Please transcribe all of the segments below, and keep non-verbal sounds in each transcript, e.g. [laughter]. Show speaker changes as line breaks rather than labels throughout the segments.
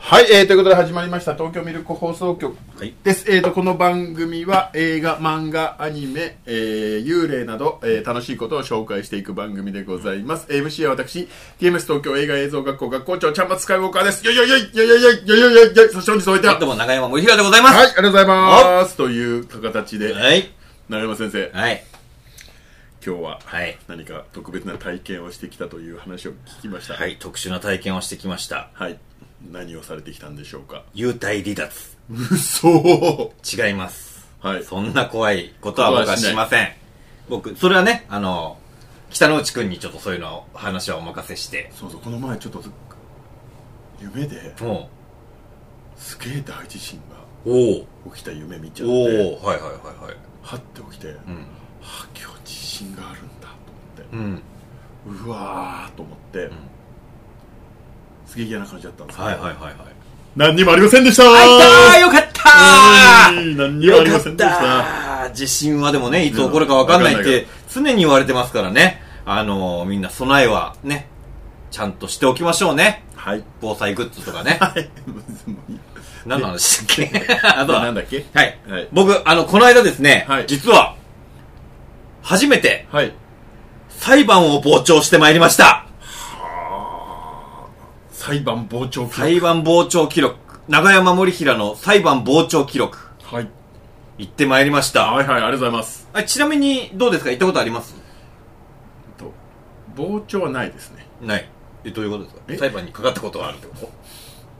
はい、えー、ということで始まりました東京ミルク放送局
はい
です、えー、とこの番組は映画漫画アニメ、えー幽霊など、えー楽しいことを紹介していく番組でございますえー MC は私 TMS 東京映画映像学校学校長ちゃんまつスカイウォーカーですよいよいよいよいよいよいよいよいよいよそして本日おいては
どうも、長山森平でございます。
はい、ありがとうございます。という形で、
はい。
長山先生、
はい。
今日は
はい。
何か特別な体験をしてきたという話を聞きました。
はい。特殊な体験をしてきました。
はい。何をされてきたんでしょうか。
幽体離脱。
嘘
違います。
はい。
そんな怖いことは僕はしません。僕、それはね、あの、北之内くんにちょっとそういうのを話はお任せして、
そうそう、この前ちょっと、夢で、
も
すげえ大地震
う、お
が起きた夢見ち
お
ゃって、
おおはいはいはいはい。
はって起きて、は
うん。
あ、今日地震があるんだと思
うん。
って、うわーと思って、
ん
すげえ嫌な感じだったんですけど、
はいはいはいはい。
何にもありませんでした
あいたーよかったー
うーん何にもあ
よ
り
か
ま
っ
せんでした。
た地震はでもね、いつ起こるかわかんないっ
う
て常に言われてますからね。あのー、みんな備えはね、ちゃんとしておきましょうね。
はい。
防災グッズと
[laughs]
かね。
はい。
何の話だ
[laughs]
っけあと
な
は
ん、だっけ
[laughs] はい。
はい。
僕、あの、この間ですね、
はい
実は、初めて
はい。
裁判を傍聴してまいりました。
裁判傍聴記録
裁判傍聴記録。長山森平の裁判傍聴記録。
はい。
行ってまいりました。
はいはい、ありがとうございます。
あちなみに、どうですか行ったことあります
と傍聴はないですね。
ない。え、どういうことです
え
か裁判にかかったことはあるってこと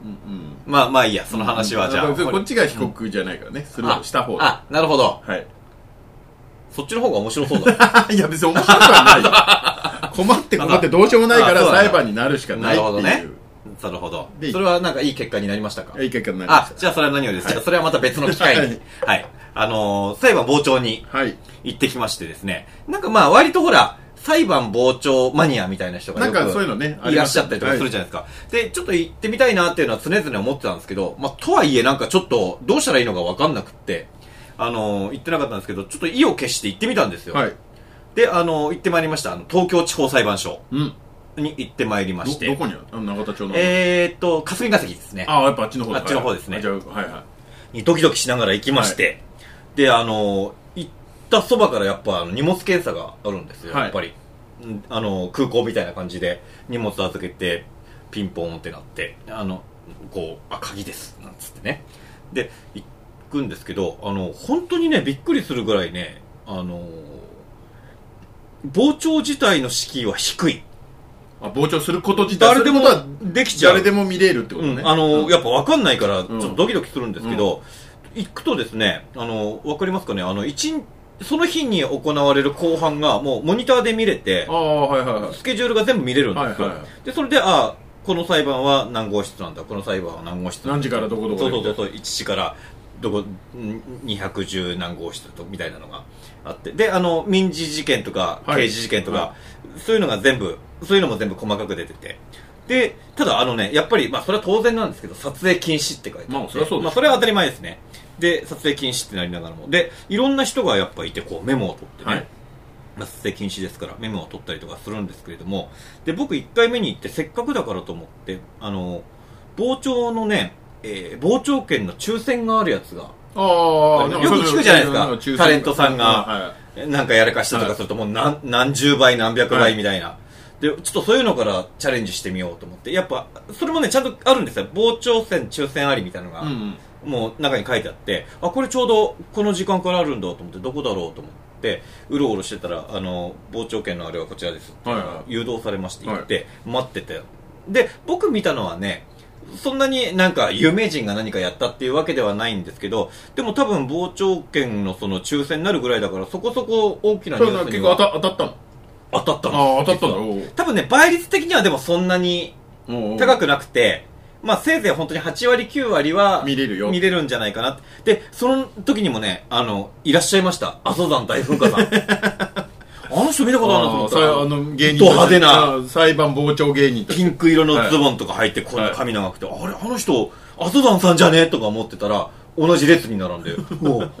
うんうん。
まあまあいいや、その話はじゃあ。
こっちが被告じゃないからね。する
あ
した方は
あ、なるほど。
い。 [laughs]
そっちの方が面白そうだ。
いや、別に面白くはないよ。困って困ってどうしようもないから
あそうなんだ
裁判になるしか [laughs] ないって
なるほどね
いう。
なるほど
で。
それはなんかいい結果になりましたか
いい結果になりま
あ
し、
じゃあそれは何よりです。じゃあそれはまた別の機会
[laughs]
に。はい。あのー、裁判傍聴に
た。はい。
行ってきましてですね。なんかまあ割とほら、裁判傍聴マニアみたいな人が
な
よ
ん
く
かそういうのね、あ
い
り
ら
ま
っ
し
しゃったりとかするじゃないですか。で、ちょっと行ってみたいなっていうのは常々思ってたんですけど、まあ、とはいえなんかちょっとどうしたらいいのかわかんなくって、あのー、行ってなかったんですけど、ちょっと意を決して行ってみたんですよ。
はい。はい。
で、あの、行ってまいりました。あの東京地方裁判所
うん。
に行ってまいりま
ど、
して。
どこにある長田町の。
えーっと、霞が関ですね。
ああ、やっぱあっちの方だ
あっちの方ですね
あじゃあ、はいはい。
にドキドキしながら行きまして。で、あの、行ったそばからやっぱあの荷物検査があるんですよ、
はい
やっぱり。うんあの、空港みたいな感じで荷物預けて、ピンポンってなって、あの、こう、あ、鍵です、なんつってね。で、行くんですけど、あの、本当にね、びっくりするぐらいね、あの、傍聴自体の敷居は低い。
あ傍聴すること自体
誰でも
することは
できちゃう
誰。でも見れるってことね、
うん、あのやっぱ分かんないから、ちょ
ん
っとドキドキするんですけど、行くとですね、あの分かりますかね、あの一日その日に行われる後半が、もうモニターで見れて
あ、あはいはいはい
スケジュールが全部見れるんですよ。
はいはい
で、それで、ああ、この裁判は何号室なんだ、この裁判は何号室なんだ。
何時からどこどこで
そうそうそうそう、1時から、どこ、ん210何号室と、みたいなのがあって。で、あの、民事事件とか、
はい
刑事事件とか、
は
そういうのが全部、そういうのも全部細かく出てて。で、ただあのね、やっぱり、まあそれは当然なんですけど、撮影禁止って書いてあって
まあそりゃそうです
まあそれは当たり前ですね。で、撮影禁止ってなりながらも。で、いろんな人がやっぱいて、こうメモを取ってね。
はい
まあ撮影禁止ですからメモを取ったりとかするんですけれどもで僕1回目に行ってせっかくだからと思ってあの傍聴のね、えー傍聴券の抽選があるやつが
ああ
よく聞くじゃないですかタレントさんがえなんかやらかしたと
は
か
い
するともう何,、何十倍何百
は
倍
い
みたいな、でちょっとそういうのからチャレンジしてみようと思ってやっぱそれもねちゃんとあるんですよ傍聴券抽選ありみたいなのが、
うん
もう中に書いてあってあこれちょうどこの時間からあるんだと思ってどこだろうと思ってうろうろしてたらあの傍聴券のあれはこちらです
はいは
誘導されまして
はい
行って、待っててで僕見たのはねそんなになんか有名人が何かやったっていうわけではないんですけどでも多分傍聴券のその抽選になるぐらいだからそこそこ大きなニ
そ
ュ
うな
ー
ん
ス
か
に
結構
は
当た当たったの
当たった
あ
の
あ当たったんだ
多分ね倍率的にはでもそんなに
おうおう
高くなくて、まあ、せいぜい本当に8割、9割は
見れるよ
見れるんじゃないかなって。で、その時にもね、あの、いらっしゃいました。阿蘇山大噴
[laughs]
火さん。あの人見たことあるなと思
あ
っ
あさあ
たら。
の芸人
ド派手な
ああ裁判傍聴芸人と
ピンク色のズボンとか入って、こんな髪長くて、あれ、あの人、阿蘇山さんじゃねとか思ってたら、同じ列に並んで、おう阿蘇山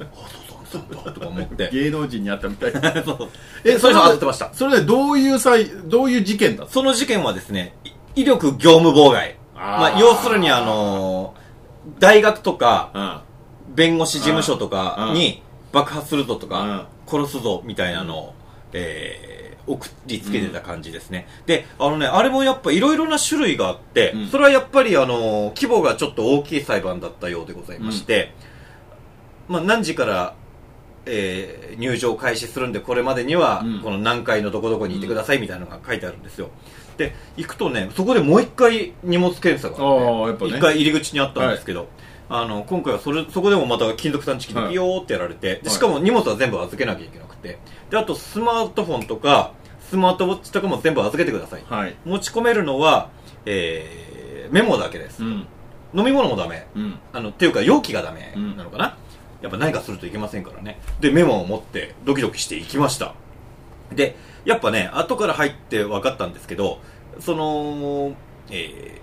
さんだとか思って。
芸能人に会ったみたい [laughs] な
そうえ、それ人当たってました。
それでどういうさいどういう事件だ
その事件はですね、い威力業務妨害。まあ、要するにあのー大学とか
うん
弁護士事務所とかに爆発するぞと
うん
か殺すぞみたいなのを、えー送りつけてた感じですね、であのねあれもやっぱいろいろな種類があって、
うん
それはやっぱりあのー規模がちょっと大きい裁判だったようでございまして、まあ、何時から、えー入場開始するんでこれまでには
うん
この何階のどこどこにいてくださいみたいなのが書いてあるんですよで行くとねそこでもう一回荷物検査があって
ああやっぱね
一回入り口にあったんですけど、あの今回はそれそこでもまた金属探知機で
はい
ピヨーってやられて、で
はい
しかも荷物は全部預けなきゃいけなくてであとスマートフォンとかスマートウォッチとかも全部預けてください、
はい
持ち込めるのは、えーメモだけです、
うん
飲み物もダメ
うん
あのっていうか容器がダメなのかな、やっぱ何かするといけませんからねでメモを持ってドキドキしていきましたでやっぱね後から入って分かったんですけどそのえ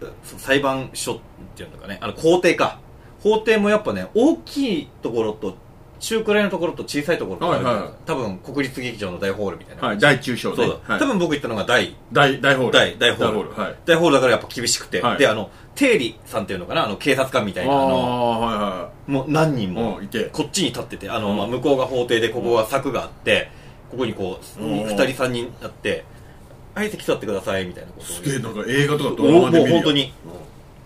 ーその裁判所っていうのかねあの法廷か法廷もやっぱね大きいところと中くらいのところと小さいところとあるじゃないですか多分国立劇場の大ホールみたいな、
はい大中小
そ
ね
うだ、
はい
多分僕行ったのが大
大大ホール
大大ホール
はい
大ホールだからやっぱ厳しくて、
はい
であの定理さんっていうのかなあの警察官みた
あ
い
ー
なあの
は
もう何人
いはい
も
うんいて
こっちに立っててあの、
うん
まあ、向こうが法廷でここが柵があってここにこう
うん
2人3人なって「はい席座ってください」みたいなことを
す
言
げえ
う
なんか映画とかドラ
お
マ
も
で
う
見るや
本
ん
当に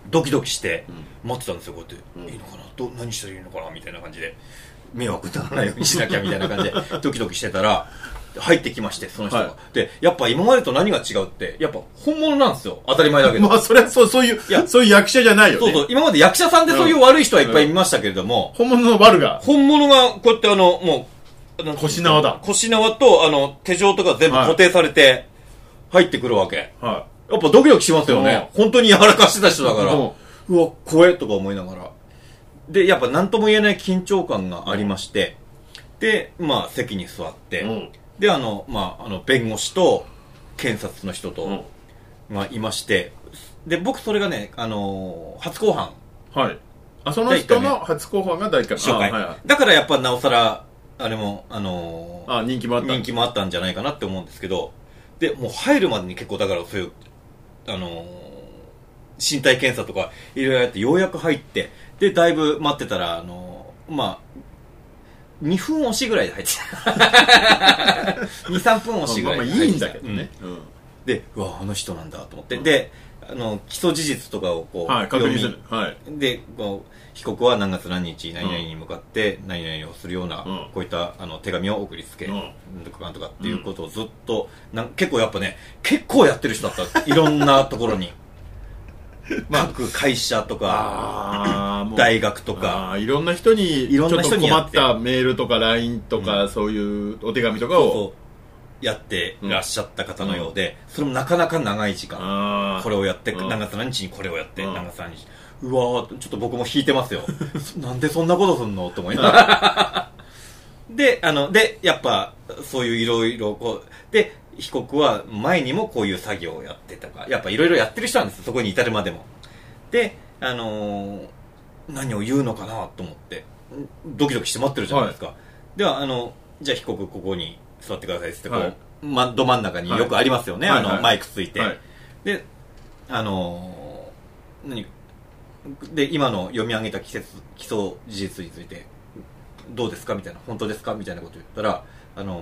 ドキドキして待ってたんですよこうやって、
うん
いいのかなど何したらいいのかなみたいな感じで迷惑にならないようにしなきゃみたいな感じ [laughs] でドキドキしてたら入ってきましてその人が、
はい
でやっぱ今までと何が違うってやっぱ本物なんですよ当たり前だけ
う
ど、
ん
[laughs]
まあそれはそうそうい
いや
うそういう役者じゃないよ
そうそう
ね、
今まで役者さんでそういう悪い人はいっぱい見ましたけれども、
本物のバルが
本物がこうやってあの、もう、なんていうの
腰縄だ
腰縄と、あの、手錠とか全部固定されて、入ってくるわけ。
は
やっぱドキドキしますよね。本当にやらかしてた人だから、
う
うんわ、怖えとか思いながら。で、やっぱ何とも言えない緊張感がありまして、で、まあ、席に座って、
いうん
で、あの、まあ、あの、弁護士と、検察の人と、
うん
まあ、いまして、で、僕それがね、あのー初公判、
はいあその人の初公判が大会
初回、
あ,、はいはい
だからやっぱなおさらあれもあのー
あ人気もあった
人気もあったんじゃないかなって思うんですけどでもう入るまでに結構だからそういうあのー身体検査とかいろいろやってようやく入ってでだいぶ待ってたらあのーまあ2分押しぐらいで入ってた23分押しぐ
まあ
らい
まあ
で
い
入って
い
き
ん
た
だけどね、うん
うんでうわあの人なんだと思って、
うん
であの基礎事実とかをこう、
はい確認す
読
る
み
はい
でこう被告は何月何日何々に向かって何々をするような、
うん
こういったあの手紙を送りつけ、
うん
なんとかなんとかっていうことをずっとなん結構やっぱね結構やってる人だったいろんなと
[laughs]
ころに各会社とか
あーもう
大学とか
あーいろんな人に
いろんな人に
ちょ
や
っ
っ
と
て
困ったメールとか LINE とか、そういうお手紙とかを
そうやってらっしゃった方のようで、それもなかなか長い時間、
あー
これをやって、
うん
何月何日にこれをやって、
うん
何月何日。うわーちょっと僕も引い
[laughs]
てますよ。そなんでそんなことすんのと思いながら。で、あの、で、やっぱ、そういういろいろこう、で、被告は前にもこういう作業をやってたか、やっぱいろいろやってる人なんですそこに至るまでも。で、あのー何を言うのかなと思って、んドキドキして待ってるじゃないですか。では、あの、じゃあ被告ここに座ってくださいっつって、こう、
はい
ま、ど真ん中によくありますよね、
はい
あの、
はいはい
マイクついて。
はい
で、あのー何で、今の読み上げた季節基礎事実について、どうですかみたいな、本当ですかみたいなこと言ったら、あの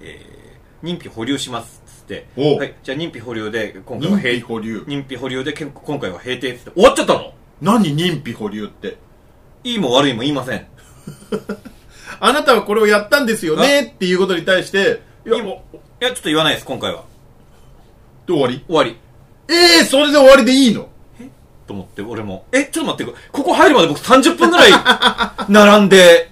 ーえー認否保留しますっつって、
おう
はい、じゃあ認否保留で、今回は
認
閉
否保留
認否保留で、けん今回は閉廷っつって、終わっちゃったの
何認否保留って
いいも悪いも言いません。
あなたはこれをやったんですよねっていうことに対していや
いい
もう
いや、ちょっと言わないです、今回は。
で終わり
終わり。
ええー、それで終わりでいいの
と思って、俺も、え、ちょっと待って、ここ入るまで僕30分ぐらい並んで、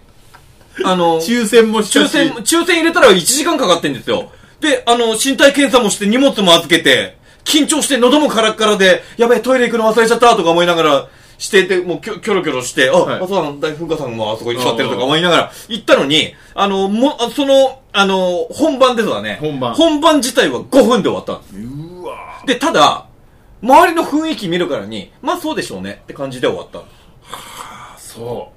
あ
[laughs]
の、
抽選もした
抽
し
選、抽選入れたら1時間かかってんですよ。で、あの、身体検査もして荷物も預けて、緊張して喉もカラッカラで、やべえ、トイレ行くの忘れちゃったとか思いながら、してて、もうキョキョロキョロして、あ、
はい
あそうなの大噴火さんもあそこに座ってるとか思いながら、行ったのに、あの、も、あその、あの、本番ですわね。
本番
本番自体は5分で終わったんです。
うーわ
で、ただ、周りの雰囲気見るからに、まあそうでしょうねって感じで終わった。
ーそ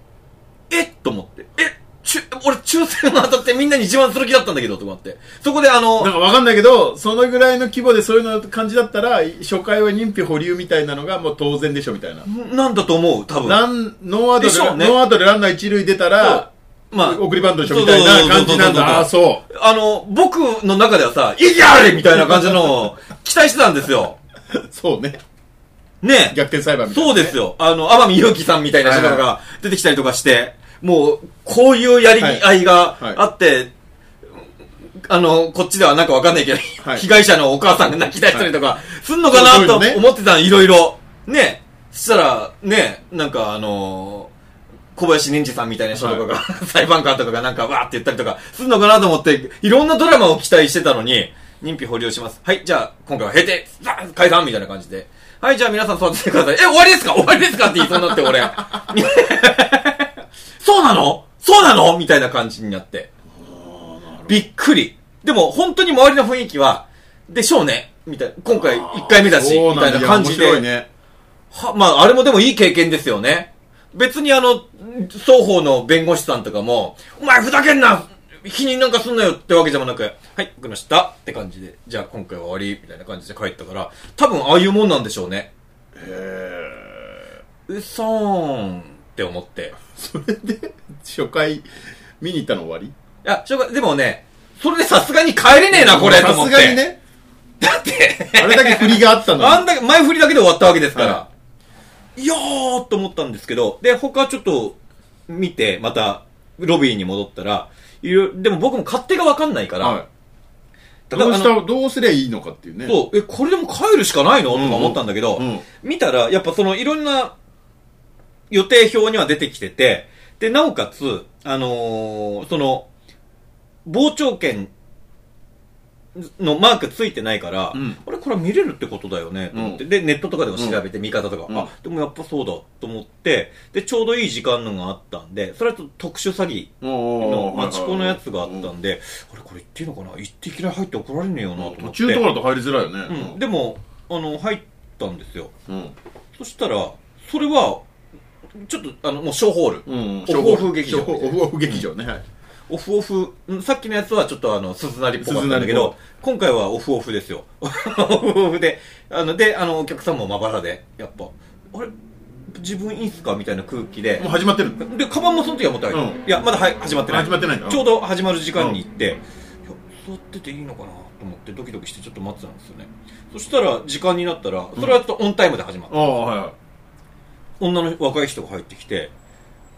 えっと思って、え、ちゅ俺、抽選が当たってみんなに自慢する気だったんだけど、と思って。そこであの
[laughs] なん、かわかんないけど、そのぐらいの規模でそういうの感じだったら、初回は認否保留みたいなのがもう当然でしょみたいな。
なんだと思う、多分。
ラン、ノーアウト
でしょ
で、
うね
ノーアウトでランナー一塁出たら、
まあ、
送りバントでしょみたいな感じなんだ。ああー、
う。
そ
あの、僕の中ではさ、いやあれみたいな感じの、 [laughs] 期待してたんですよ。
う。そうね。
ね
逆転裁判みたいな。
そうですよ。あの、天海祐希さんみたいな人とか
はい
が出てきたりとかして、もう、こういうやり合いが
はい
あって、あの、こっちではなんかわかんないけど、
はい
被害者のお母さんが泣き出したりとか、すんのかなと
そういうのね
思ってたん、いろいろ。ね。そしたら、ね、なんかあの小林忍者さんみたいな人とかが、 [laughs] 裁判官とかがなんかわーって言ったりとか、すんのかなと思って、いろんなドラマを期待してたのに、認否保留します。はい、じゃあ、今回は閉店、ザー解散みたいな感じで。はい、じゃあ皆さん座っててください。え、終わりですか終わりですかって言いそうになって、
[laughs]
俺。そうなのそうなのみたいな感じになって。びっくり。でも、本当に周りの雰囲気は、でしょうね。みたいな。今回1回目だし、
そう
みた
なん
い
だ
な
よ
感じで。
面白いね。
は、まあ、あれもでもいい経験ですよね。別にあの、双方の弁護士さんとかも、お前ふざけんな否認なんかすんなよってわけじゃなく、はい、わかりましたって感じで、じゃあ今回は終わりみたいな感じで帰ったから、多分ああいうもんなんでしょうね。
へ
うそーんって思って。
ーそれで、初回、見に行ったの終わり
いや、しょうが、でもね、それでさすがに帰れねえな、これ、と
さ
思っ
す
て。
がに。ね。
だって、
あれだけ振りがあったの
あん
に。
だけ、前振りだけで終わったわけですから。、
はい
やーと思ったんですけど、で、他ちょっと見て、また、ロビーに戻ったら、いろいろでも僕も勝手がわかんないから、
はい
だか
ど
ら
う
あ
し
の
た、どうすりゃいいのかっていうね。
そう、え、これでも帰るしかないのとか思ったんだけど、
うんうんうん
見たら、やっぱそのいろんな予定表には出てきてて、で、なおかつ、あのーその、傍聴券のマークついてないから、
うん
あれこれ見れるってことだよね、と思って、
う
で、ネットとかでも調べて、見方とか、
うん
あ、でもやっぱそうだ、と思って、で、ちょうどいい時間のがあったんで、それはちょっと特殊詐欺の
の
町子のやつがあった
うん
んで、あれこれ言っていいのかな言っていきなり入って怒られねえよな、と思って。
途中とかだと入りづらいよ
うん、
ね。
でもあの入ったんですよ
うん。
そしたらそれはちょっとあのもう小ホール
うん。オ
オフ劇場
オフオフ劇場ね。はい。
オフオフうんさっきのやつはちょっとあの鈴なりっぽかったんだけ
鈴なりっぽ
ど今回はオフオフですよ [laughs] オフオフであのであのお客さんもまばらでやっぱあれ自分いいっすかみたいな空気で
もう始まってる。
でカバンもその時は持ってない、
うん
いやまだはい始まってない
始まってないんだ
ちょうど始まる時間に行って、いや座ってていいのかなと思ってドキドキしてちょっと待ってたんですよねそしたら時間になったらそれはちょっとオンタイムで始まった
ああ、はいはい。
女の若い人が入ってきて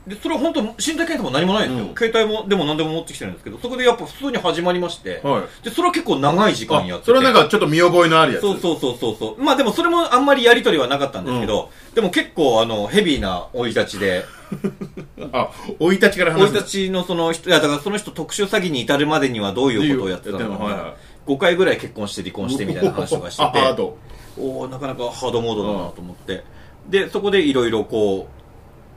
でそれは本当身体検査も何もないんですよ、
うん
携帯もでも何でも持ってきてるんですけどそこでやっぱ普通に始まりまして、
はい。
でそれは結構長い時間
あ
やってて
それはなんかちょっと見覚えのあるやつ。
そうそうそうそうそうまあでもそれもあんまりやり取りはなかったんですけど、でも結構あのヘビーな生い立ちで
あ、生い立ちから
生い
話
立ちのその人いやだからその人特殊詐欺に至るまでにはどういうことをやってたのか、
はいはい
5回ぐらい結婚して離婚してみたいな話とかしてて
あ、ハード。
おおなかなかハードモードだなと思って、でそこでいろいろこ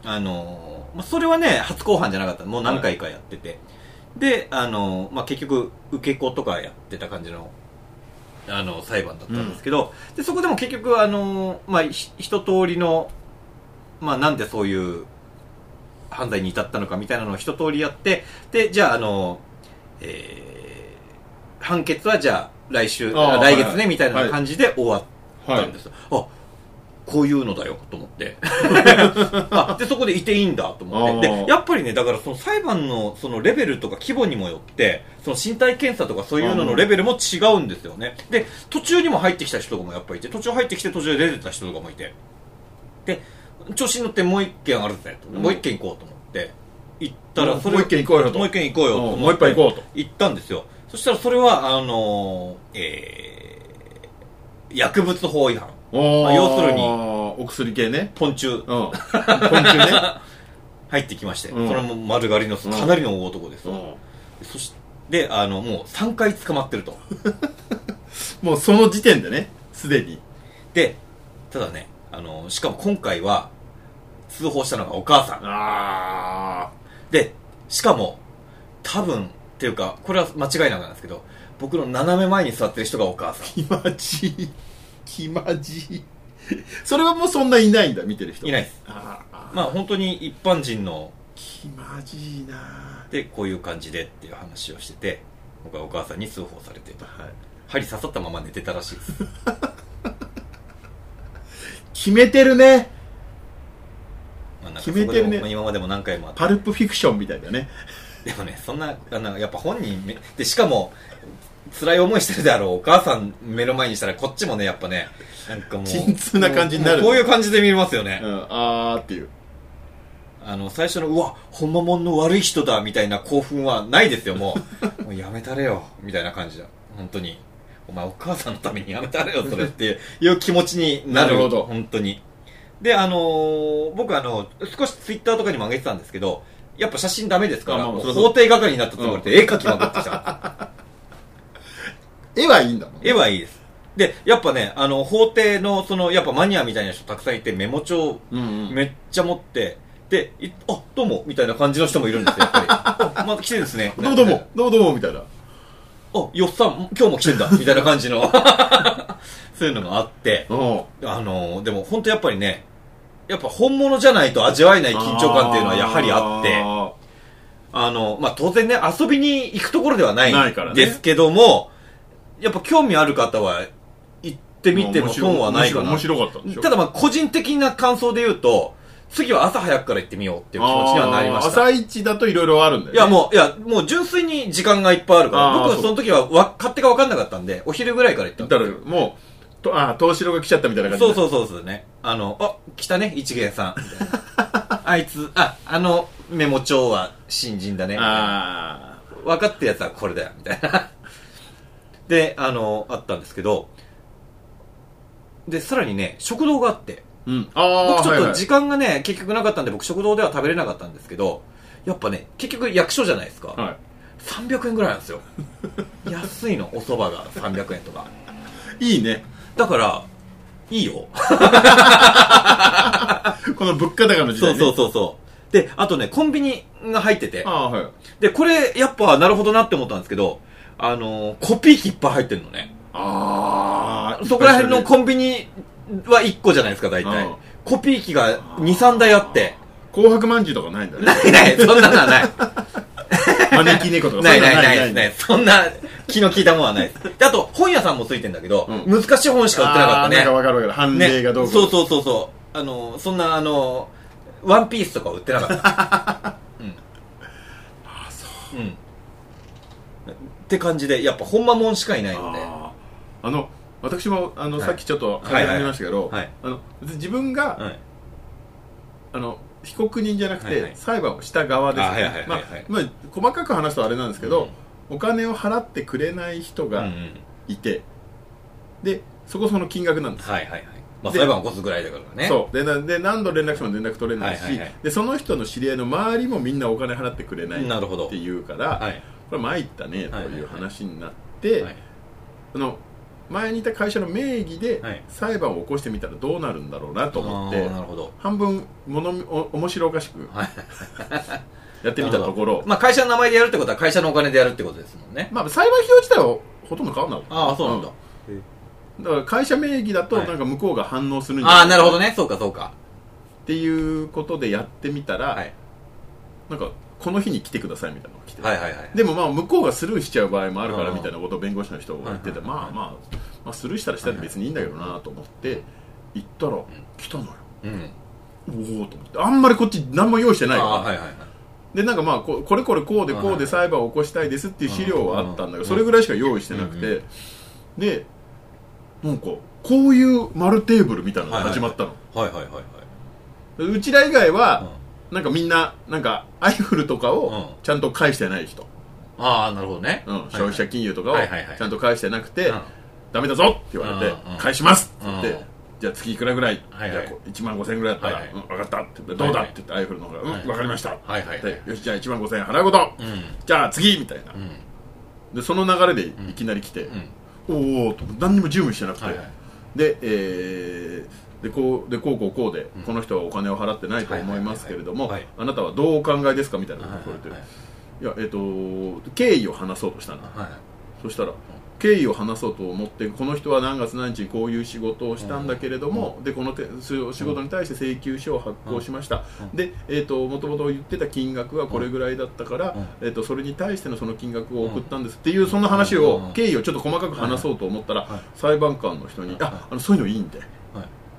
うあのーまあ、それはね初公判じゃなかったもう何回かやってて、であのーまあ、結局受け子とかやってた感じのあの裁判だったんですけど、でそこでも結局あのーまあひ一通りのまあなんでそういう犯罪に至ったのかみたいなのを一通りやってでじゃああのーえー判決はじゃあ来週
あー
来月
はい
ね
はい
みたいな感じで終わっ
は
っ
い
たん。ですよ、あこういうのだよと思って
[laughs]
あでそこでいていいんだと思って
あー
でやっぱりねだからその裁判のそのレベルとか規模にもよってその身体検査とかそういうののレベルも違うんですよねで途中にも入ってきた人とかもやっぱいて途中入ってきて途中で出てた人とかもいてで調子に乗ってもう一件あるぜと、
うん
もう一件行こうと思って行ったらそれ
もう一軒行こうよと
もう一軒行こうよと思って
うんもう一杯行こうと
行ったんですよそしたらそれはあのーえー薬物法違反
お
まあ
ー
要するに
お薬系ね。
ポンチュ
う
[laughs]
ん。昆虫ね。
入ってきまして、
うん
それも丸刈りの
うん
かなりの大男 [laughs] です、
うん
そしてあのもう3回捕まってると
もうその時点でね、すでに。
でただねあのしかも今回は通報したのがお母さん
あ
でしかも多分っていうかこれは間違いなくなんですけど僕の斜め前に座ってる人がお母さん
ー、気まじい。気まじい。それはもうそんないないんだ、見てる人。
いないです
あー。
まあ本当に一般人の
気まじいな
でこういう感じでっていう話をしてて僕はお母さんに通報されてと
はい
針刺さったまま寝てたらしいです
決めてるね
まあなんか
決めてるね
そこでもまあ今までも何回もあって
パルプフィクションみたいだね
でもねそんなあのやっぱ本人めでしかも辛い思いしてるであろうお母さん目の前にしたらこっちもねやっぱねなんかもう
沈痛な感じになる
もうこういう感じで見えますよね、
うんあーっていう
あの最初のうわほんまもんの悪い人だみたいな興奮はないですよもう [laughs] もうやめたれよみたいな感じだ本当にお前お母さんのためにやめたれよそれっていう気持ちになる
なるほど
本当にであのー僕あの少しツイッターとかにも上げてたんですけどやっぱ写真ダメですか
あ
ら、
まあまあ
もう
そりゃそう
法廷係になったつもりで絵描きまくってきたんです
絵はいいんだもんね
絵はいいです。で、やっぱね、あの、法廷の、その、やっぱマニアみたいな人たくさんいて、メモ帳
うんうん
めっちゃ持って、で、いあ、どうも、みたいな感じの人もいるんですよ、やっ
[laughs]
ぱり。あ、また来てるんですね。
どうもどうも。どうもどうもみたいな
あ、よっさん、今日も来てんだ、みたいな感じの。 [laughs] そういうのがあって、
うん
あの、でも本当やっぱりね、やっぱ本物じゃないと味わえない緊張感っていうのはやはりあって、
て
あの、まあ、当然ね、遊びに行くところではない
ないからね
ですけども、やっぱ興味ある方は、行ってみても損はないかな。
面白かったんでしょ
ただまあ、個人的な感想で言うと、次は朝早くから行ってみようっていう気持ちにはなりまし
あー
た。
朝一だといろいろあるんだよ、
い
ね、
や、もう、いや、もう純粋に時間がいっぱいあるか
あー
ら、僕は
そう
その時はわ勝手が分かんなかったんで、お昼ぐらいから行ったんで
だからもうとあー東城が来ちゃったみたいな感じ
そう
う
そうそうですね。あの、あ、来たね、一元さ
[laughs]
ん。みたいなあいつ、あ、あのメモ帳は新人だね。みたいな
ああ
分かったやつはこれだよ、みたいな。で、あの、あったんですけど、で、さらにね、食堂があって、
うんああ
僕ちょっ
はいは
と
い
時間がね、結局なかったんで、僕食堂では食べれなかったんですけど、やっぱね、結局役所じゃないですか。
は
300円ぐらいなんですよ。 [laughs] 安いの、お蕎麦が300円とか。
い、いいね
だから、いいよ。
この物価高の時
そ
代、
う
ね、
そう
う
そうそう。で、あとね、コンビニが入ってて、
ああーはい
で、これ、やっぱ、なるほどなって思ったんですけど、あのーコピー機いっぱい入ってるのね。
ああ
そこら辺のコンビニは1個じゃないですか、大
うん
体。コピー機が2、3台あって。
紅白まんじゅうとかないん
[laughs]
だね
ないない、そんなのはない。
招き猫とか
ないない
そん
ないですね。そんな気の利いたものはないです。であと、本屋さんもついてんだけど、
う
難しい本しか売ってなかった
あーなんか
ね。
わかるわかる判
ね
例がどうこ
そうそうそうそう。あの、そんな、あの、ワンピースとかは売って
[laughs]
なかった。うん。そう。うん。って感じで、やっぱ、ほんまもんしかいないので。
あーあの私もあの、
はい
さっきちょっと話ありましたけど、
はいはい
あの別に自分が、
はい。
あの被告人じゃなくて、
はいはい
裁判をした側ですよね
あはいはいはいはい
まあまあ細かく話すとあれなんですけど、お金を払ってくれない人
うんう
が
ん。
いて、でそこそこの金額なんです、
はいはいはい。まあ、
で
裁判起こすぐらいだからね。
そうでなで何度連絡しても連絡取れないし、
はいはいはい
でその人の知り合いの周りもみんなお金払ってくれないっ
なるほど
て。いうから、
はい。
これ参ったねと
はいはいはいいう
話になって、
はい
あの前にいた会社の名義で
はい
裁判を起こしてみたらどうなるんだろうなと思って、
あーなるほど。
半分ものお面白おかしく [laughs]
はい
やってみたところ、
まあ、会社の名前でやるってことは会社のお金でやるってことですもんね。
まあ、裁判費用自体はほとんど変わんない
ああ、そうなんだ。
うんだから会社名義だと
はい
なんか向こうが反応するんじゃ
ああ、
い
なるほどね。そうか、そうか。
っていうことでやってみたら、
はい
なんかこの日に来てくださいみたいなのが来て、
はいはいはい。
でもまあ向こうがスルーしちゃう場合もあるから
あー
みたいなことを弁護士の人が言ってて、
はいはいは
ま
い
あまあ、まあ、スルーしたらしたら別にいいんだけどなと思って行ったら来たのよ
うん。
おおと思ってあんまりこっち何も用意してない
あ
から、
あ、はいはいはい。
でなんかまあここれこれこうでこう
はいは
で
い
裁判を起こしたいですっていう資料はあったんだけ
うん
どそれぐらいしか用意してなくてでなんかこういう丸テーブルみたいなのが始まったの、
はいはいはいはい。
うちら以外
う
は
ん
なんかみんななんかアイフルとかを
うん
ちゃんと返してない人、
ああ、なるほどね。
うん
はいはい
消費者金融とかを
はいはいはい
ちゃんと返してなくて、
うん
ダメだぞって言われて、
うんうん
返しますって言って、
うん
じゃあ月いくらぐらい、
はいは
じ
い
ゃあこう1万5000円ぐらいだったら、
はいはい
うん分かったって言ってどうだって言って、アイフルの方が、
は
う
い
ん分かりました、
はいはいはい
でよしじゃあ1万5000円払うこと、
うん。
じゃあ次みたいな、
うん。
でその流れでいきなり来て、
うん。
おおと何にも準備してなくて、
はいはい
で,、えーでこうでこうこうこうで、
ん
この人はお金を払ってないと思いますけれども、
はいはいはい
あなたはどうお考えですかみたいなこと
は
を言われて、
い
いやえっ、と経緯を話そうとしたの
はい。
そしたら、経緯を話そうと思ってこの人は何月何日にこういう仕事をしたんだけれども、でこのてそう仕事に対して請求書を発行しました、
うん
で、えー、ともと言ってた金額はこれぐらいだったから、えー、とそれに対してのその金額を送ったんですっていうその話を、
うん
経緯をちょっと細かく話そうと思ったら、
はい
裁判官の人に、
はい
ああのそういうのいいんで
はい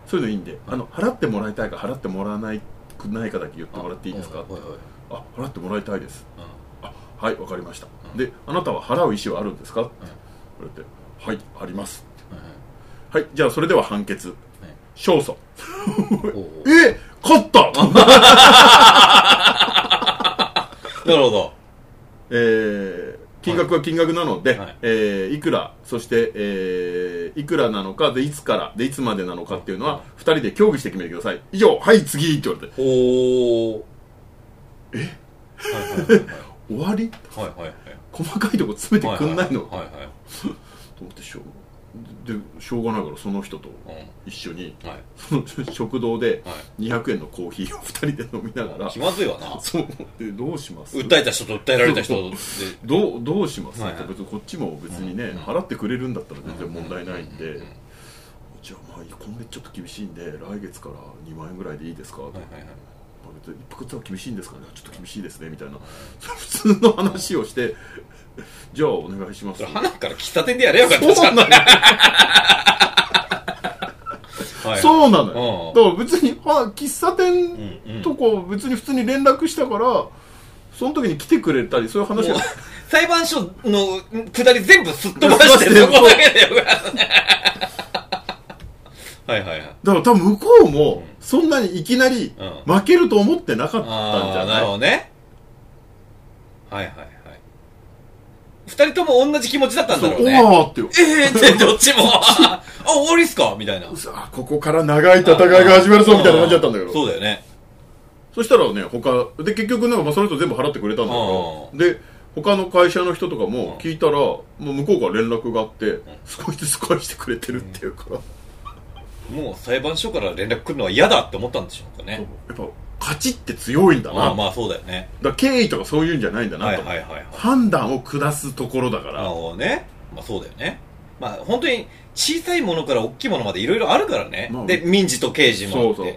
そういうのいいんで、あの払ってもらいたいか払ってもらわないくないかだけ言ってもらっていいですか、
はいはいはい
あ払ってもらいたいです
うん
あはいわかりました、
うん
であなたは払う意思はあるんですか、って言われてはいあります
はいはい
はいじゃあそれでは判決
はい
勝訴
おうおう
え勝った
なるほど。
[laughs] えー金額は金額なので、
はいい
えーいくら、そして、えーいくらなのかで、いつから、で、いつまでなのかっていうのは、二人で協議して決めてください。以上、はい、次って言われて、
おお。えは
終わり
いはいはいはい。はいはい
細かいとこ詰めてくんないの、
はいはいはい
と思ってしょうでしょうがないからその人と
はい。
一緒に
うん。はい。
その [laughs] 食堂で
は
200円のコーヒー
[laughs]
を2人で飲みながら
い。気まずいわな。
そうでどうします
訴えた人と訴えられた人で。
どうどうします、
はいはい
って別にこっちも別にね、
うんうん
払ってくれるんだったら全然問題ないんで、
うううん
じゃあまあ今月ちょっと厳しいんで来月から2万円ぐらいでいいですか、
はいはいはい。
まあ別に一服は厳しいんですかねちょっと厳しいですねみたいな [laughs] 普通の話をしてじゃあお願いします
[laughs] それ、花から喫茶店でやれよかったじゃん。
そうな
はい
そうなの
う
よ。
ん
だから別に、は喫茶店
うんうん
とこ別に普通に連絡したから、その時に来てくれたり、そういう話
も
が
う。裁判所の下り全部すっ飛ばしてるそこだけでよかった。はいはいはい。
だから多分向こうも、そんなにいきなり
うん
負けると思ってなかったんじ
あ
ゃ
あ、な
な
る
い
ほどね。はいはいはい。二人とも同じ気持ちだったん
そ
だ
う
ろう
お
ね。
ーってよ。
ええー、ってどっちも。あ、終わりっすかみたいな。
さあ、ここから長い戦いが始まるぞみたいな感じだったんだけど。
そうだよね。
そしたらね、他、で、結局なんかまあその人全部払ってくれたんだけど、で、他の会社の人とかも聞いたら、もう向こうから連絡があって、少しずつ返してくれてるっていうから。
もう裁判所から連絡来るのは嫌だって思ったんでしょうか
やっ
ね。
ぱ勝ちって強いんだな
まあまあそうだよね。
だから経緯とかそういうんじゃないんだな
はい
と、
はいはいはい。
判断を下すところだか
な
ら
るほどね。まあそうだよね。まあ本当に小さいものから大きいものまでいろいろあるからね。
まあ
で、民事と刑事もあって。
そうそう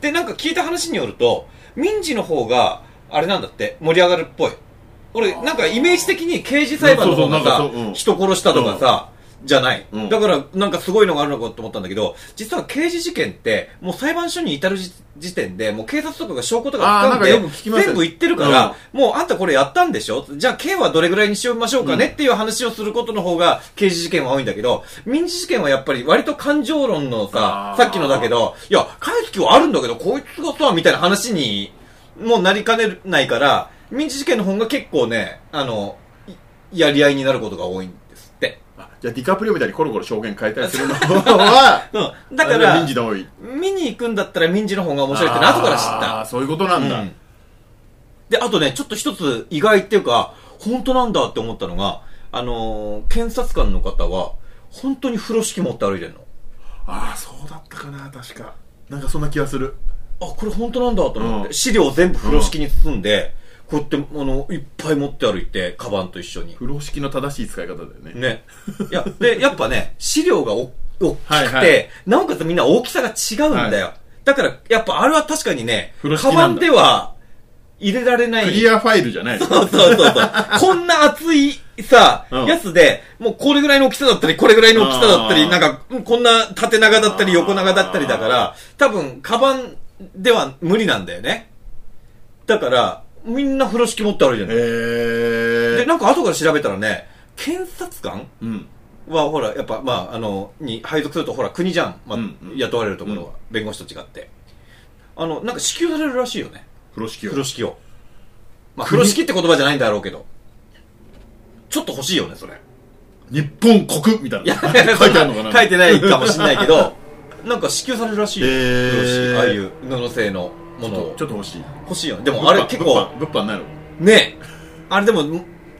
で、なんか聞いた話によると、民事の方が、あれなんだって、盛り上がるっぽい。俺、なんかイメージ的に刑事裁判の方が
そ
さ
うそうそうなんかそううん、
人殺したとかさ、じゃない、
うん
だから、なんかすごいのがあるのかと思ったんだけど、実は刑事事件って、もう裁判所に至る時時点で、もう警察とかが証拠と
あーなん
か掴ん
か
で、
よく聞きますよ
全部言ってるから、もうあんたこれやったんでしょじゃあ刑はどれぐらいにしましょうかね、っていう話をすることの方が刑事事件は多いんだけど、民事事件はやっぱり割と感情論の
あ
さ、
ー
さっきのだけど、いや、返す気はあるんだけど、こいつがさ、みたいな話にもうなりかねないから、民事事件の方が結構ね、あの、いやり合いになることが多いんですって。
あじゃあディカプリオみたいにコロコロ証言変えたりする
[laughs]
のは
うん。だか
あれは
ら
民事、の多い
見に行くんだったら民事の方が面白いってのは後から知った
あ。ーそういうことなんだ、
うんで、あとね、ちょっと一つ意外っていうか、本当なんだって思ったのが、あのー検察官の方は、本当に風呂敷持って歩いてるの。
ああそうだったかな確かなんかそんな気がする
あ、これ本当なんだと思って、
うん
資料を全部風呂敷に包んで、こうやって、あの、いっぱい持って歩いて、カバンと一緒に。
風呂敷の正しい使い方だよね
ね。いや、で、やっぱね、資料がお大きくて、
はいはい
なおかつみんな大きさが違うんだよ。だから、やっぱあれは確かにね
風呂、敷な
カ
んだ
バンでは入れられない。
クリアファイルじゃないの
そうそうそうそう。こんな厚いさ、
うん
やつで、もうこれぐらいの大きさだったり、これぐらいの大きさだった
あ
り、
ー
なんか、うんこんな縦長だったり、
あー
横長だったりだから、多分、カバンでは無理なんだよね。だから、みんな風呂敷持ってあるじゃない。
へ
で、
え
なんか後から調べたらね、検察官
うん
はほら、やっぱ、まあ、あの、に配属するとほら、国じゃん。まあ
うんうん
雇われるところは、弁護士と違って。あの、なんか支給されるらしいよね。
風呂敷を
風呂敷を。まあ、風呂敷って言葉じゃないんだろうけど。ちょっと欲しいよね、それ。
日本国みたいな [laughs] 書いてあるのかな
書いてないかもしれない
[laughs]
けど、なんか支給されるらしいよ。
へー
風呂敷。ああいう布製のものを
ちょ。っと欲しい
欲しいよね。でもあれ結構、
物販物販ないの
ねえ。あれでも、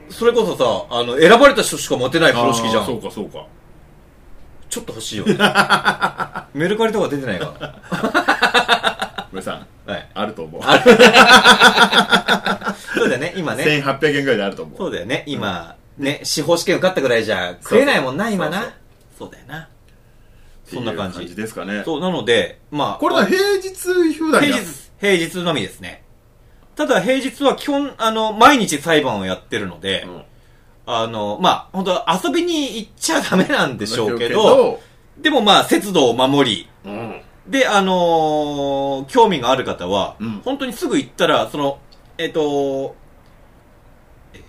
それこそさ、あの、選ばれた人しか持てない風呂敷じゃ。
あーそうんかそうか
ちょっと欲し
[laughs]
いよね。メルカリとか出てないか
上さん
な。はい。
あると思う
あそうだよね、今ね。
[laughs] 1800円ぐらいであると思う
そうだよね、今、ね、司法試験受かったぐらいじゃ食えないもんな、
そうそう
今な
そう
そうだよな。そんな感
っていう
じ。
ですかね。
そう、なので、まあ、
これは平日普段や
平日、平日のみですね。ただ平日は基本、あの、毎日裁判をやってるので、
うん
あの、まあ、本当遊びに行っちゃダメなんでしょうけ
でし
ど、
ょう
でもまあ、節度を守り、
けどうん。
で、あのー興味がある方は、
うん
本当にすぐ行ったら、その、えっ、と、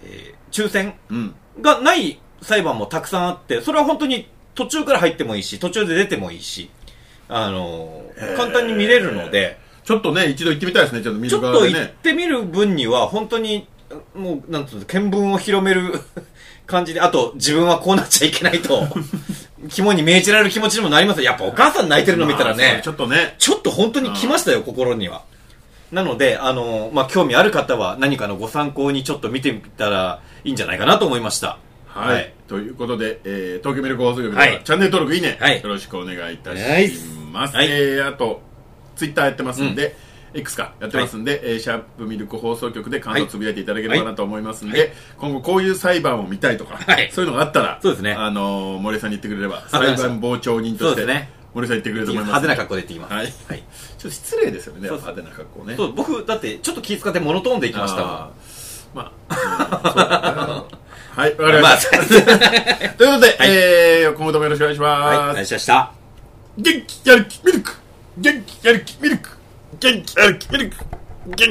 えー抽選
うん。
がない裁判もたくさんあって、それは本当に途中から入ってもいいし、途中で出てもいいし、あのー
へー
簡単に見れるので、
ちょっとね、一度行ってみたいですね、ちょっと見
ちょ
る
っと
側で
行っ
ね。
てみる分には、本当に、もう、なんつうの、見聞を広める [laughs] 感じで、あと、自分はこうなっちゃいけない [laughs] と、肝に銘じられる気持ちにもなりますよやっぱお母さん泣いてるの見たら
まあそ
ね
うち、ょっとね。
ちょっと本当に来ましたよ、心には。なので、あの、まあ、興味ある方は何かのご参考にちょっと見てみたらいいんじゃないかなと思いました。
はい。
はい
ということで、えー、東京ミルク放送局では、
はい
チャンネル登録、いいね、
はい
よろしくお願いいた
お願い
し
し
ます。
はい
えー、あと、ツイッターやってますんで、X かやってますんで、えーシャープミルク放送局で感想をつぶやいていただければなと思いますんで、
はい
今後こういう裁判を見たいとか、
はい
そういうのがあったら、
そうですね
あのー、森さんに言ってくれれば、
かり
裁
ました
判傍聴人と
そ
し
うで
て、
すね
森さん言ってくれると思います
派手な格好で行ってきます。
はい
は
ち
い。
ょっと失礼ですよね、
そうそう
派手な格好ね。
そう、僕、だって、ちょっと気遣ってモノトーンで行きましたもん。
あーま
[laughs]
あ、うんそうだなはい、わかりま
まあ、
した。ということで、えー今後ともよろしくお願いし
はい、
ま
お
す。
願いしました。
元気やる気ミルク元気やる気ミルク元気やる気ミルク元気